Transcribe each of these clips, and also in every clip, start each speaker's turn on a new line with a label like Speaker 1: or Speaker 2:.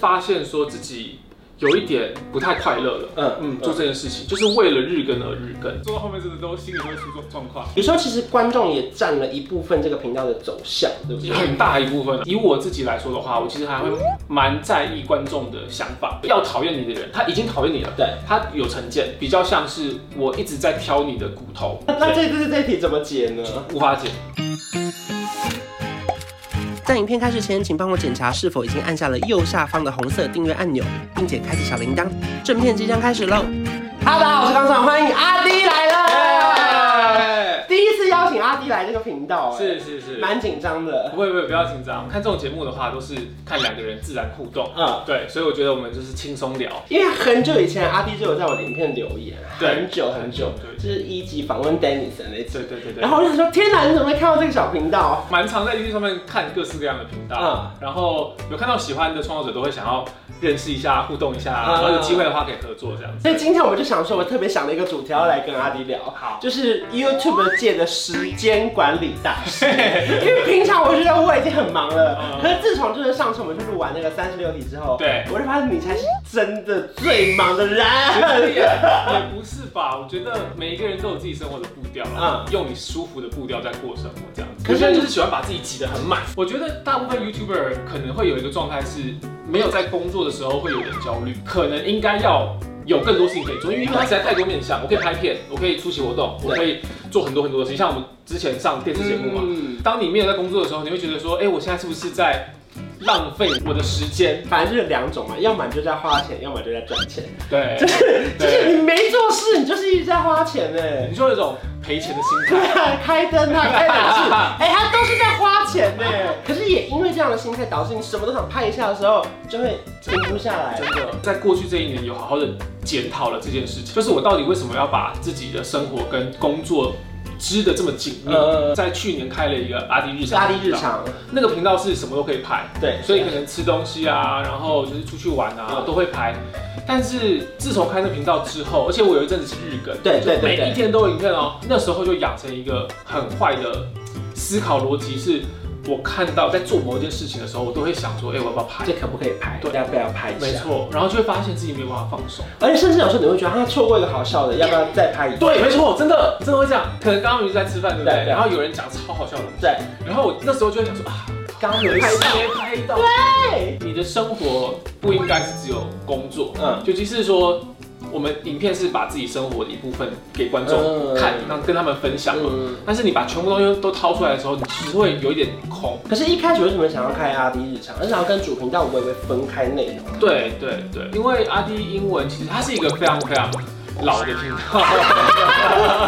Speaker 1: 发现说自己有一点不太快乐了。
Speaker 2: 嗯
Speaker 1: 嗯，做这件事情就是为了日更而日更。
Speaker 3: 做到后面真的都心里会出状状况。
Speaker 2: 有时候其实观众也占了一部分这个频道的走向，对不对？
Speaker 1: 很大一部分，啊以我自己来说的话，我其实还会蛮在意观众的想法。要讨厌你的人，他已经讨厌你了，
Speaker 2: 对，
Speaker 1: 他有成见，比较像是我一直在挑你的骨头，
Speaker 2: 那那这这这题怎么解呢？
Speaker 1: 无法解。
Speaker 2: 在影片开始前，请帮我检查是否已经按下了右下方的红色订阅按钮，并且开启小铃铛。正片即将开始喽！Hello，大家好，我是康爽，欢迎阿迪来了。第一次邀请阿迪来这个频道、哎
Speaker 1: 是是是，
Speaker 2: 蛮紧张的。
Speaker 1: 不会不会，不要紧张。看这种节目的话，都是看两个人自然互动。
Speaker 2: 嗯，
Speaker 1: 对，所以我觉得我们就是轻松聊。
Speaker 2: 因为很久以前阿迪就有在我的影片留言，
Speaker 1: 对
Speaker 2: 很久很久，
Speaker 1: 对
Speaker 2: 就是一集访问 Dennis 的那次。
Speaker 1: 对对对对。
Speaker 2: 然后我就想说，天哪，你怎么会看到这个小频道？
Speaker 1: 蛮常在 YouTube 上面看各式各样的频道，
Speaker 2: 嗯
Speaker 1: 然后有看到喜欢的创作者都会想要认识一下、互动一下，
Speaker 2: 嗯
Speaker 1: 然后有机会的话可以合作这样
Speaker 2: 所以
Speaker 1: 子。
Speaker 2: 今天我们就想说，我特别想了一个主题要来跟阿迪聊，
Speaker 1: 好
Speaker 2: 就是 YouTube 界的时间管理大 师。因为平常我觉得我已经很忙了，
Speaker 1: 嗯
Speaker 2: 可是自从就是上次我们去录完那个三十六题之后，
Speaker 1: 对
Speaker 2: 我就发现你才是真的最忙的人。
Speaker 1: 也也不是吧，我觉得每一个人都有自己生活的步调啦，用你舒服的步调在过生活这样子。
Speaker 2: 嗯可
Speaker 1: 有
Speaker 2: 是
Speaker 1: 些人就是喜欢把自己挤得很满。我觉得大部分 YouTuber 可能会有一个状态是，没有在工作的时候会有点焦虑，可能应该要。有更多事情可以做，因为因为它实在太多面向，我可以拍片，我可以出席活动，我可以做很多很多的事情。像我们之前上电视节目嘛，
Speaker 2: 嗯，
Speaker 1: 当你没有在工作的时候，你会觉得说，哎、我现在是不是在浪费我的时间？
Speaker 2: 反正就是两种嘛，要么你就在花钱，要么就在赚钱。
Speaker 1: 对，
Speaker 2: 就是你没做事，你就是一直在花钱哎
Speaker 1: 你。说那种赔钱的心
Speaker 2: 对
Speaker 1: 态，
Speaker 2: 啊，开灯啊，开冷气，哎、他都是在花钱呢。可是也因为这样的心态，导致你什么都想拍一下的时候，就会停不下来。
Speaker 1: 真的，在过去这一年有好好的检讨了这件事情，就是我到底为什么要把自己的生活跟工作织得这么紧密？
Speaker 2: 呃，
Speaker 1: 在去年开了一个阿迪日
Speaker 2: 是
Speaker 1: 常，
Speaker 2: 阿迪日，常，
Speaker 1: 那个频道是什么都可以拍，
Speaker 2: 对，
Speaker 1: 所以可能吃东西啊，然后就是出去玩啊，
Speaker 2: 嗯
Speaker 1: 都会拍。但是自从开那频道之后，而且我有一阵子是日更，
Speaker 2: 对对
Speaker 1: 就
Speaker 2: 对
Speaker 1: 每
Speaker 2: 对
Speaker 1: 一天都有影片哦。那时候就养成一个很坏的思考逻辑，是我看到在做某一件事情的时候，我都会想说，哎、我要不要拍
Speaker 2: 这？可不可以拍？
Speaker 1: 对
Speaker 2: 要不要拍一
Speaker 1: 没
Speaker 2: 下？
Speaker 1: 错，然后就会发现自己没有办法放手。
Speaker 2: 而且甚至有时候你会觉得他错过一个好笑的，要不要再拍一次？
Speaker 1: 对，没错，真的真的会这样。可能刚刚我们在吃饭，对不
Speaker 2: 对
Speaker 1: 对？
Speaker 2: 对
Speaker 1: 然后有人讲超好笑的，
Speaker 2: 对，
Speaker 1: 然后我那时候就会想说啊，
Speaker 2: 刚刚有
Speaker 1: 没
Speaker 2: 拍到。
Speaker 1: 拍到。
Speaker 2: 对，
Speaker 1: 你的生活不应该是只有工作，
Speaker 2: 嗯，
Speaker 1: 尤其是说，我们影片是把自己生活的一部分给观众
Speaker 2: 嗯
Speaker 1: 看，让跟他们分享嘛。
Speaker 2: 嗯
Speaker 1: 但是你把全部东西都掏出来的时候，你其实会有一点空。
Speaker 2: 可是，一开始为什么想要开阿迪日常？而想要跟主频道微微分开内容？
Speaker 1: 对对对，因为阿迪英文其实它是一个非常非常老的频道，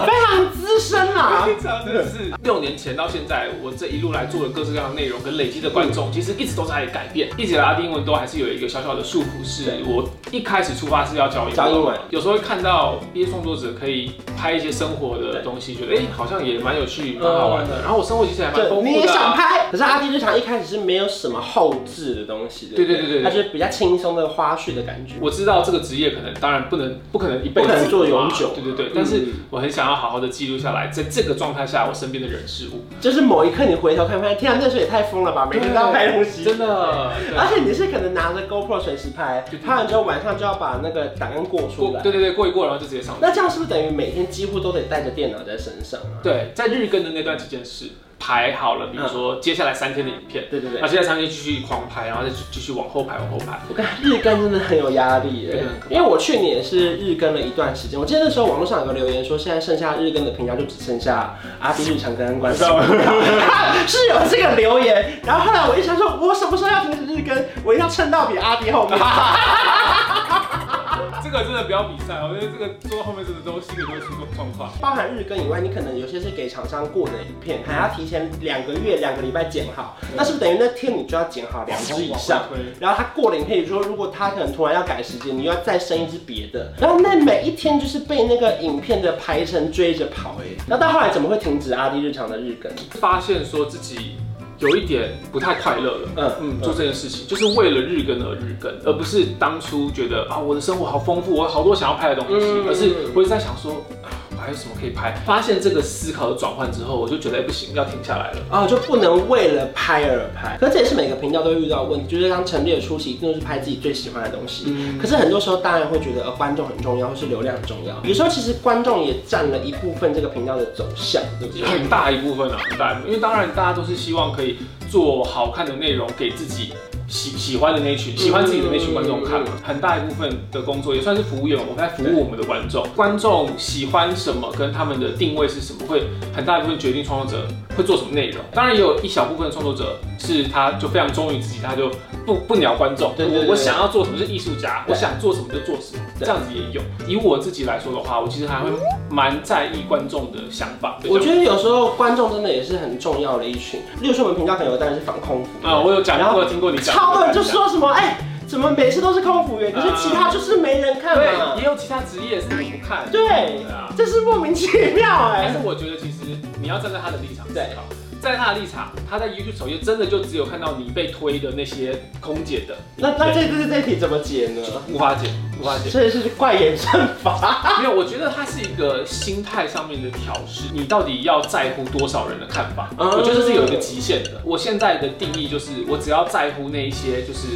Speaker 2: 非常资深啊！
Speaker 1: 非常的是 六年前到现在，我这一路来做的各式各样的内容跟累积的观众，其实一直都在改变，一直以来阿迪英文都还是有一个小小的束缚，是
Speaker 2: 对
Speaker 1: 我一开始出发是要教英文
Speaker 2: 教英文，
Speaker 1: 有时候会看到一些创作者可以拍一些生活的东西，觉得哎、诶好像也蛮有趣、
Speaker 2: 嗯
Speaker 1: 蛮好玩的。然后我生活其实还蛮
Speaker 2: 对，
Speaker 1: 丰
Speaker 2: 你
Speaker 1: 富
Speaker 2: 也
Speaker 1: 的、
Speaker 2: 想
Speaker 1: 啊。
Speaker 2: 拍。可是阿弟日常一开始是没有什么后置的东西的，
Speaker 1: 对对对对
Speaker 2: 它
Speaker 1: 对
Speaker 2: 就是比较轻松的花絮的感觉。
Speaker 1: 我知道这个职业可能当然不能不可能一辈子
Speaker 2: 不可能做永久
Speaker 1: 嘛对对对。但是
Speaker 2: 嗯
Speaker 1: 我很想要好好的记录下来，在这个状态下我身边的人事物，
Speaker 2: 就是某一刻你回头看，发现天啊，那时候也太疯了吧，每天都要拍东西。
Speaker 1: 真的。对
Speaker 2: 而且你是可能拿着 GoPro 随时拍
Speaker 1: 对，对
Speaker 2: 拍完之后晚上就要把那个档案过出
Speaker 1: 过
Speaker 2: 来。
Speaker 1: 对对对过一过，然后就直接上
Speaker 2: 那这样是不是等于每天几乎都得带着电脑在身上啊？
Speaker 1: 对，在日更的那段期间是排好了，比如说接下来三天的影片，
Speaker 2: 嗯对对对
Speaker 1: 那，接下来三天继续狂排，然后再继续往后排，往后排。
Speaker 2: 啊我看日更真的很有压力耶
Speaker 1: 对很可，怕
Speaker 2: 因为我去年也是日更了一段时间。我记得那时候网络上有个留言说，现在剩下日更的频道就只剩下阿 B 日常跟观众， 是有这个留言。然后后来我一想说，我什么时候要停止日更？我一定要撑到比阿 B 后面。
Speaker 3: 这个真的不要比赛，我觉得这个做到后面真的都心里都会出状况。
Speaker 2: 包含日更以外，你可能有些是给厂商过的影片，还要提前两个月、两个礼拜剪好，
Speaker 1: 嗯
Speaker 2: 那是不是等于那天你就要剪好两支以上？然后他过了影片，你说如果他可能突然要改时间，你又要再生一支别的，然后那每一天就是被那个影片的排程追着跑哎、那到后来怎么会停止阿弟日常的日更？
Speaker 1: 发现说自己有一点不太快乐了。
Speaker 2: 嗯
Speaker 1: 嗯，做这件事情就是为了日更而日更，而不是当初觉得啊我的生活好丰富，我有好多想要拍的东西，
Speaker 2: 嗯
Speaker 1: 而是我一直在想说，啊我还还有什么可以拍？发现这个思考的转换之后，我就觉得、哎不行，要停下来了。
Speaker 2: 哦，就不能为了拍而拍。可这也是每个频道都会遇到的问题，就是当陈列的初期，一定都是拍自己最喜欢的东西。可是很多时候，当然会觉得呃观众很重要，或是流量很重要。有时候其实观众也占了一部分这个频道的走向，对不对？
Speaker 1: 很大一部分啊，很大一部分，因为当然大家都是希望可以做好看的内容给自己喜喜欢的那群喜欢自己的那群观众
Speaker 2: 嗯
Speaker 1: 看嘛。很大一部分的工作也算是服务员，我们在服务我们的观众，观众喜欢什么跟他们的定位是什么，会很大一部分决定创作者会做什么内容。当然也有一小部分的创作者是他就非常忠于自己，他就不不鸟观众。
Speaker 2: 对对对
Speaker 1: 我我想要做什么是艺术家，
Speaker 2: 对
Speaker 1: 我想做什么就做什么，
Speaker 2: 对
Speaker 1: 这样子也有。以我自己来说的话，我其实还会蛮在意观众的想法。
Speaker 2: 我觉得有时候观众真的也是很重要的一群。例如说，我们频道可能有当然是反空服
Speaker 1: 啊，我有讲
Speaker 2: 然后
Speaker 1: 过，听过你讲过。啊
Speaker 2: 超多人就说什么，哎、怎么每次都是空服员，可是其他就是没人看
Speaker 1: 对，
Speaker 2: 嘛？
Speaker 1: 也有其他职业是你不看。
Speaker 2: 对，
Speaker 1: 啊，
Speaker 2: 这是莫名其妙哎、
Speaker 1: 但是我觉得其实你要站在他的立场思
Speaker 2: 对
Speaker 1: 考，在他的立场，他在 YouTube 首页真的就只有看到你被推的那些空姐的，
Speaker 2: 那那这这这题怎么解呢？
Speaker 1: 无法解，无法解。
Speaker 2: 这是怪眼症法。
Speaker 1: 没有，我觉得它是一个心态上面的调试，你到底要在乎多少人的看法？
Speaker 2: 嗯
Speaker 1: 我觉得这是有一个极限的。我现在的定义就是，我只要在乎那一些就是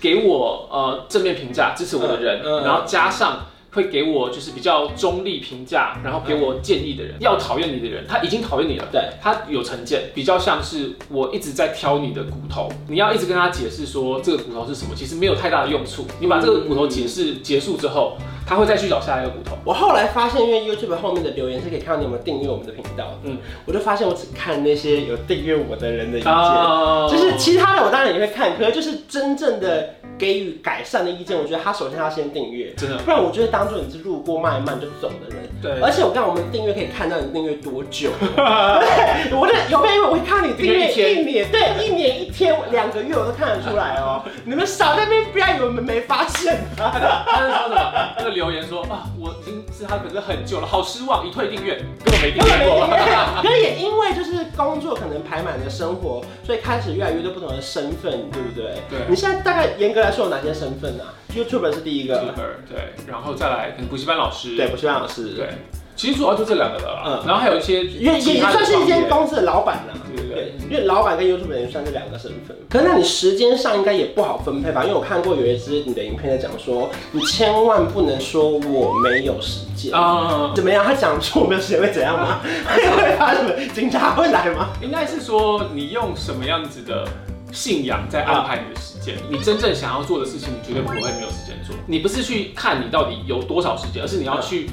Speaker 1: 给我呃正面评价、支持我的人，
Speaker 2: 嗯嗯
Speaker 1: 然后加上。会给我就是比较中立评价，然后给我建议的
Speaker 2: 嗯
Speaker 1: 人，要讨厌你的人，他已经讨厌你了，
Speaker 2: 对，
Speaker 1: 他有成见，比较像是我一直在挑你的骨头，你要一直跟他解释说这个骨头是什么，其实没有太大的用处。你把这个骨头解释结束之后，他会再去找下一个骨头。
Speaker 2: 我后来发现，因为 YouTube 后面的留言是可以看到你有没有订阅我们的频道，嗯
Speaker 1: 嗯，
Speaker 2: 我就发现我只看那些有订阅我的人的意见。
Speaker 1: 啊，
Speaker 2: 就是其他的我当然也会看，可是就是真正的给予改善的意见，我觉得他首先要先订阅，
Speaker 1: 真的哎
Speaker 2: 不然我就会当做你是路过慢一慢就走的人。
Speaker 1: 对，
Speaker 2: 而且我看我们订阅可以看到你订阅多 久，对，我的有没有？我会看你订阅
Speaker 1: 订阅
Speaker 2: 一年，对，一年一天两个月我都看得出来哦。你们少在那边，不要以为我们没发现啊。
Speaker 1: 他是说什么？那个留言说啊，我已经是他粉丝很久了，好失望，已退订阅，根 本没订
Speaker 2: 根本
Speaker 1: 阅
Speaker 2: 没订
Speaker 1: 过。
Speaker 2: 阅，可是也因为就是工作可能排满了生活，所以开始越来越多不同的身份，对不对？
Speaker 1: 对
Speaker 2: 你现在大概严格来说有哪些身份啊？YouTuber 是 第一个，
Speaker 1: YouTuber，对，然后再来可能补习班老师，
Speaker 2: 对，不是范老师，
Speaker 1: 对，其实主要就这两个了啦
Speaker 2: 嗯。
Speaker 1: 然后还有一些
Speaker 2: 也也
Speaker 1: 其他的
Speaker 2: 算是一间
Speaker 1: 创业
Speaker 2: 公司的老板啦。啊
Speaker 1: 对对
Speaker 2: 对
Speaker 1: 对，，
Speaker 2: 因为老板跟 YouTuber 也算是两个身份。可是那你时间上应该也不好分配吧？因为我看过有一支你的影片在讲说，你千万不能说我没有时间。
Speaker 1: 啊，
Speaker 2: 怎么样？他讲说我没有时间会怎样 吗？会发什么？警察会来吗？
Speaker 1: 应该是说你用什么样子的信仰在安排你的时间。你真正想要做的事情，你绝对不会没有时间做。啊啊你不是去看你到底有多少时间，而是你要去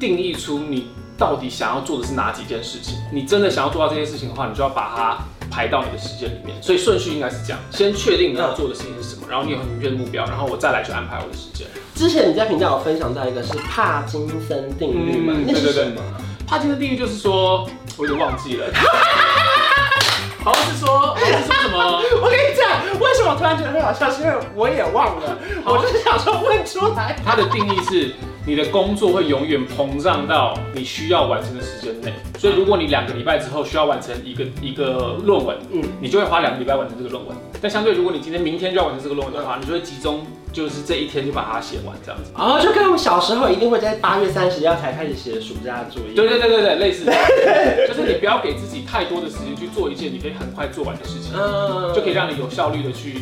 Speaker 1: 定义出你到底想要做的是哪几件事情。你真的想要做到这些事情的话，你就要把它排到你的时间里面。所以顺序应该是这样：先确定你要做的事情是什么，然后你有很明确的目标，然后我再来去安排我的时间。
Speaker 2: 之前你在频道有分享到一个是帕金森定律嘛？
Speaker 1: 嗯
Speaker 2: 那是
Speaker 1: 对对
Speaker 2: 什么？
Speaker 1: 帕金的定义就是说，我有点忘记了， 好像是说，好像是说什么？
Speaker 2: 我跟你讲，为什么我突然觉得很好笑，是因为我也忘了，我就是想说问出 来。
Speaker 1: 它的定义是，你的工作会永远膨胀到你需要完成的时间内。所以，如果你两个礼拜之后需要完成一个一个论文，
Speaker 2: 嗯
Speaker 1: 嗯，你就会花两个礼拜完成这个论文。但相对，如果你今天明天就要完成这个论文的话，你就会集中就是这一天就把它写完，这样子。
Speaker 2: 哦，就跟我们小时候一定会在八月三十号才开始写暑假作业。
Speaker 1: 对对对对对，类似， 就是你不要给自己太多的时间去做一件你可以很快做完的事情，
Speaker 2: 嗯
Speaker 1: 就可以让你有效率的去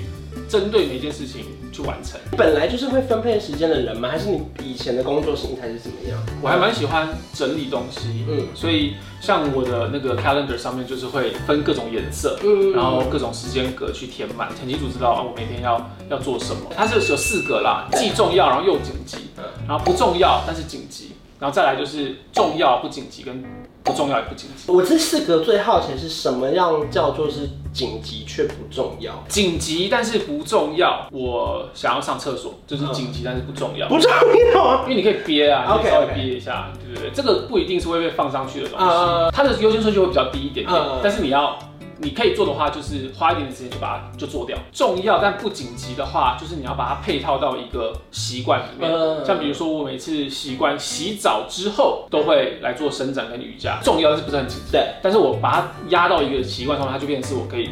Speaker 1: 针对每一件事情去完成。
Speaker 2: 本来就是会分配时间的人吗？还是你以前的工作形态是怎么样？
Speaker 1: 我还蛮喜欢整理东西，
Speaker 2: 嗯
Speaker 1: 嗯，所以像我的那个 calendar 上面就是会分各种颜色，
Speaker 2: 嗯
Speaker 1: 然后各种时间格去填满，很清楚知道啊我每天要要做什么。它是有四个啦，既重要然后又紧急
Speaker 2: 嗯，
Speaker 1: 然后不重要但是紧急，然后再来就是重要不紧急跟不重要也不紧急。
Speaker 2: 我这四个最好奇的是什么样叫做是紧急却不重要？
Speaker 1: 紧急但是不重要，我想要上厕所，就是紧急但是不重要。
Speaker 2: 不重要。
Speaker 1: 因为你可以憋啊，你可以稍微
Speaker 2: 嗯 OK，OK
Speaker 1: 憋一下，对不对？这个不一定是会被放上去的东西，
Speaker 2: 啊
Speaker 1: 呃它的优先顺序会比较低一点点
Speaker 2: 嗯嗯嗯，
Speaker 1: 但是你要。你可以做的话，就是花一点点时间就把它就做掉。重要但不紧急的话，就是你要把它配套到一个习惯里面。
Speaker 2: 嗯
Speaker 1: 像比如说，我每次习惯洗澡之后都会来做伸展跟瑜伽。重要但是不是很紧急，
Speaker 2: 对，
Speaker 1: 但是我把它压到一个习惯上面，它就变成是我可以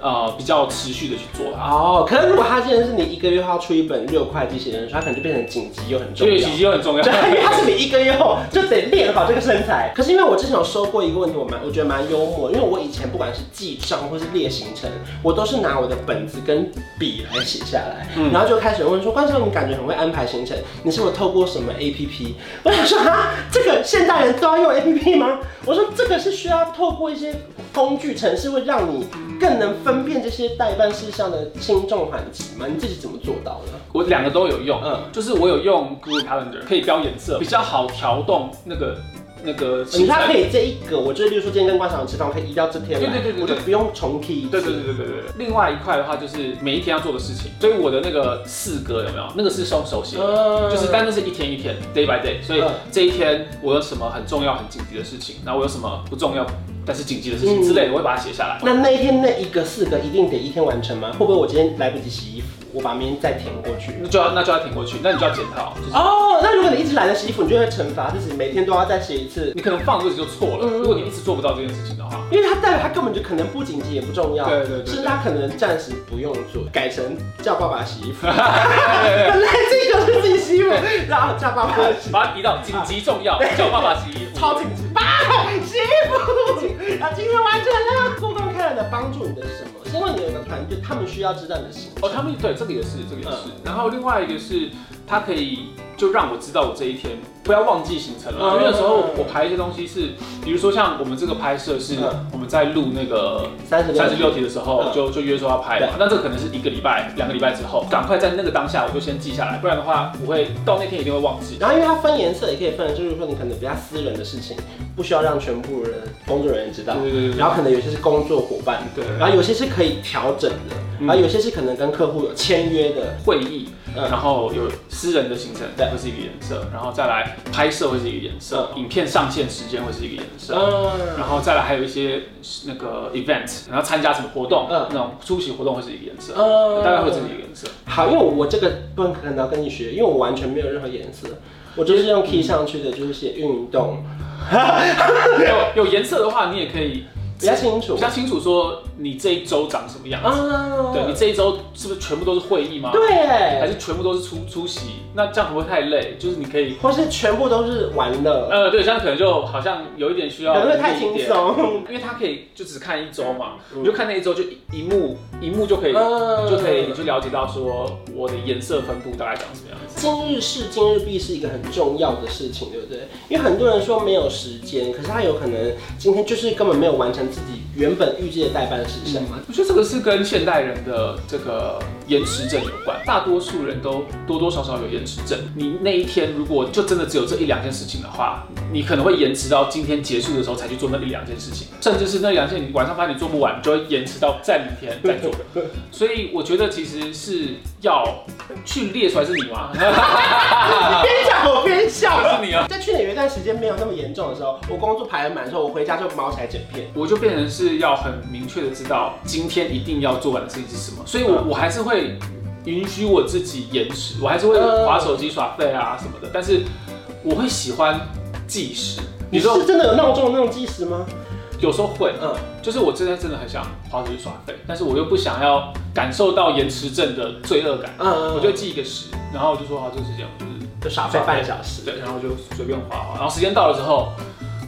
Speaker 1: 呃比较持续的去做它。
Speaker 2: 哦，可是如果他今天是你一个月后要出一本六块机器人书，他可能就变成紧急又很重
Speaker 1: 所
Speaker 2: 要。
Speaker 1: 以洗肌肉很重要
Speaker 2: 对，。因为他是你一个月后就得练好这个身材。可是因为我之前有收过一个问题，我蛮我觉得蛮幽默，因为我以前不管是记账或是列行程，我都是拿我的本子跟笔来写下来，
Speaker 1: 嗯
Speaker 2: 然后就开始问说，关少你感觉很会安排行程，你是不是透过什么 APP？我想说啊，这个现代人都要用 APP 吗？我说这个是需要透过一些工具程式，会让你更能分辨这些代办事项的轻重缓急吗？你自己怎么做到的？
Speaker 1: 我两个都有用，
Speaker 2: 嗯
Speaker 1: 就是我有用 Google Calendar 可以标颜色，比较好调动那个那个
Speaker 2: 你
Speaker 1: 行
Speaker 2: 他
Speaker 1: 程
Speaker 2: 嗯可。以这一个，我就是例如说今天跟观赏吃饭，我可以移到这天来，
Speaker 1: 对对对对对
Speaker 2: 我就不用重提一次。
Speaker 1: 对对对对对对。对另外一块的话就是每一天要做的事情，所以我的那个四格有没有？那个是用手写的。
Speaker 2: 嗯
Speaker 1: 就是但那是一天一天，day by day，所以
Speaker 2: 嗯
Speaker 1: 这一天我有什么很重要、很紧急的事情，然后我有什么不重要但是紧急的事
Speaker 2: 嗯
Speaker 1: 情之类的，我会把它写下来。
Speaker 2: 那那一天那一个四个一定得一天完成吗？会不会我今天来不及洗衣服，我把明天再填过去？
Speaker 1: 那就要那就要挺过去，那你就要检讨，就是
Speaker 2: 哦，那如果你一直懒得洗衣服，你就会惩罚自己，每天都要再洗一次，
Speaker 1: 你可能放过去就错了。
Speaker 2: 嗯
Speaker 1: 如果你一直做不到这件事情的话，
Speaker 2: 因为它代表它根本就可能不紧急也不重要，
Speaker 1: 对对对对
Speaker 2: 甚至它可能暂时不用做，改成叫爸爸洗衣 服。 本来这个是自己洗衣服，然后叫爸爸洗。
Speaker 1: 把它移到紧急重 要，叫爸爸洗衣服。
Speaker 2: 超紧急，爸，洗衣服，啊，今天完成了。互动看的帮助你的是什么？因为你有一个团队，他们需要知道你的行
Speaker 1: 哦，
Speaker 2: 程。
Speaker 1: 他们对这个也是，这个也是。然后另外一个是，它可以就让我知道我这一天不要忘记行程了，
Speaker 2: 嗯
Speaker 1: 因为有时候我排一些东西是，比如说像我们这个拍摄是
Speaker 2: 嗯
Speaker 1: 我们在录那个
Speaker 2: 三十
Speaker 1: 三十
Speaker 2: 六，
Speaker 1: 六题的时候
Speaker 2: 嗯
Speaker 1: 就就约说要拍嘛
Speaker 2: 对，
Speaker 1: 那这个可能是一个礼拜、两个礼拜之后，赶快在那个当下我就先记下来，不然的话我会到那天一定会忘记。
Speaker 2: 然后因为它分颜色也可以分，就是说你可能比较私人的事情，不需要让全部人工作人员知道。
Speaker 1: 对对对
Speaker 2: 然后可能有些是工作伙伴，
Speaker 1: 对对，
Speaker 2: 然后有些是可以调整的，然后有些是可能跟客户有签约的。
Speaker 1: 会议，
Speaker 2: 嗯
Speaker 1: 然后有私人的行程
Speaker 2: 对
Speaker 1: 会是一个颜色，然后再来拍摄会是一个颜色，影片上线时间会是一个颜色。
Speaker 2: 嗯，
Speaker 1: 然后再来还有一些那个 event，然后参加什么活动，
Speaker 2: 嗯
Speaker 1: 那种出席活动会是一个颜色，
Speaker 2: 嗯
Speaker 1: 大概会是一个颜色。
Speaker 2: 好，因为我这个不可能要跟你学，因为我完全没有任何颜色，我就是
Speaker 1: 嗯
Speaker 2: 用 key 上去的，就是写运动，
Speaker 1: 有有颜色的话，你也可以
Speaker 2: 比较清楚
Speaker 1: 比。较清楚说你这一周长什么样子。
Speaker 2: 啊
Speaker 1: 对你这一周是不是全部都是会议吗？
Speaker 2: 对
Speaker 1: 还
Speaker 2: 耶，
Speaker 1: 是全部都是出出席？那这样会不会太累？就是你可以，
Speaker 2: 或是全部都是玩乐，
Speaker 1: 呃，对，这样可能就好像有一点需要
Speaker 2: 可能会太
Speaker 1: 努力一
Speaker 2: 轻
Speaker 1: 点，
Speaker 2: 松。
Speaker 1: 因为他可以就只看一周嘛，
Speaker 2: 嗯
Speaker 1: 你就看那一周就一一幕一幕就可以，
Speaker 2: 嗯
Speaker 1: 就可以你就了解到说我的颜色分布大概长什么样子。
Speaker 2: 今日事今日毕是一个很重要的事情，对不对？因为很多人说没有时间，可是他有可能今天就是根本没有完成自己原本预计的代办事项嘛。
Speaker 1: 我觉得这个是跟现代人的这个延迟症有关，大多数人都多多少少有延迟症。你那一天如果就真的只有这一两件事情的话，你可能会延迟到今天结束的时候才去做那一两件事情，甚至是那两件你晚上发现你做不完，你就会延迟到再明天再做。所以我觉得其实是要去列出来是你吗？
Speaker 2: 边讲我边笑。
Speaker 1: 是你啊。
Speaker 2: 在去年有一段时间没有那么严重的时候，我工作排很满的时候，我回家就毛起来整片。
Speaker 1: 我就变成是要很明确的知道今天一定要做完的事情是什么，所以我我还是会允许我自己延迟，我还是会划手机耍废啊什么的，但是我会喜欢计时。你
Speaker 2: 你是
Speaker 1: 说
Speaker 2: 真的有闹钟的那种计时吗？
Speaker 1: 有时候会，
Speaker 2: 嗯，
Speaker 1: 就是我真的真的很想划手机耍废，但是我又不想要感受到延迟症的罪恶感，
Speaker 2: 嗯，
Speaker 1: 我就记一个时，然后我就说好，这个时间我就是
Speaker 2: 就耍费半小时。
Speaker 1: 对，然后就随便划划，然后时间到了之后，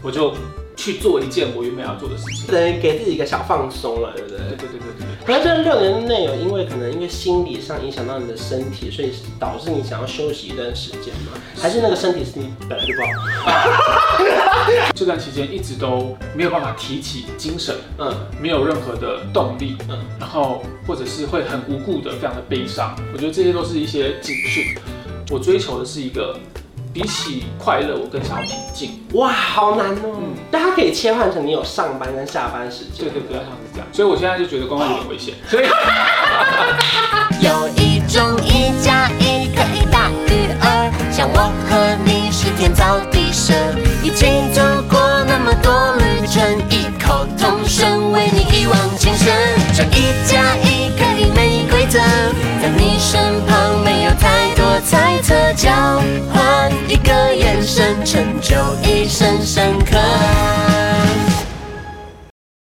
Speaker 1: 我就去做一件我原本要做的事情。
Speaker 2: 等于给自己一个小放松了，对不对？
Speaker 1: 对对对对对对。
Speaker 2: 可能这六年内有因为可能因为心理上影响到你的身体，所以导致你想要休息一段时间吗？还是那个身体是你本来就不好？
Speaker 1: 这段期间一直都没有办法提起精神，
Speaker 2: 嗯，
Speaker 1: 没有任何的动力，
Speaker 2: 嗯
Speaker 1: 嗯，然后或者是会很无故的非常的悲伤，我觉得这些都是一些警讯。我追求的是一个比起快乐，我更想要平静。
Speaker 2: 哇，好难哦、
Speaker 1: 嗯
Speaker 2: 但它可以切换成你有上班跟下班时间。
Speaker 1: 对对对，像是这样。所以我现在就觉得观光有点危险，所以
Speaker 4: 有一种一加一可以大于二，像我和你是天造地设，一起走过那么多旅程，异口同声为你一往情深。这一加一可以没规则，在你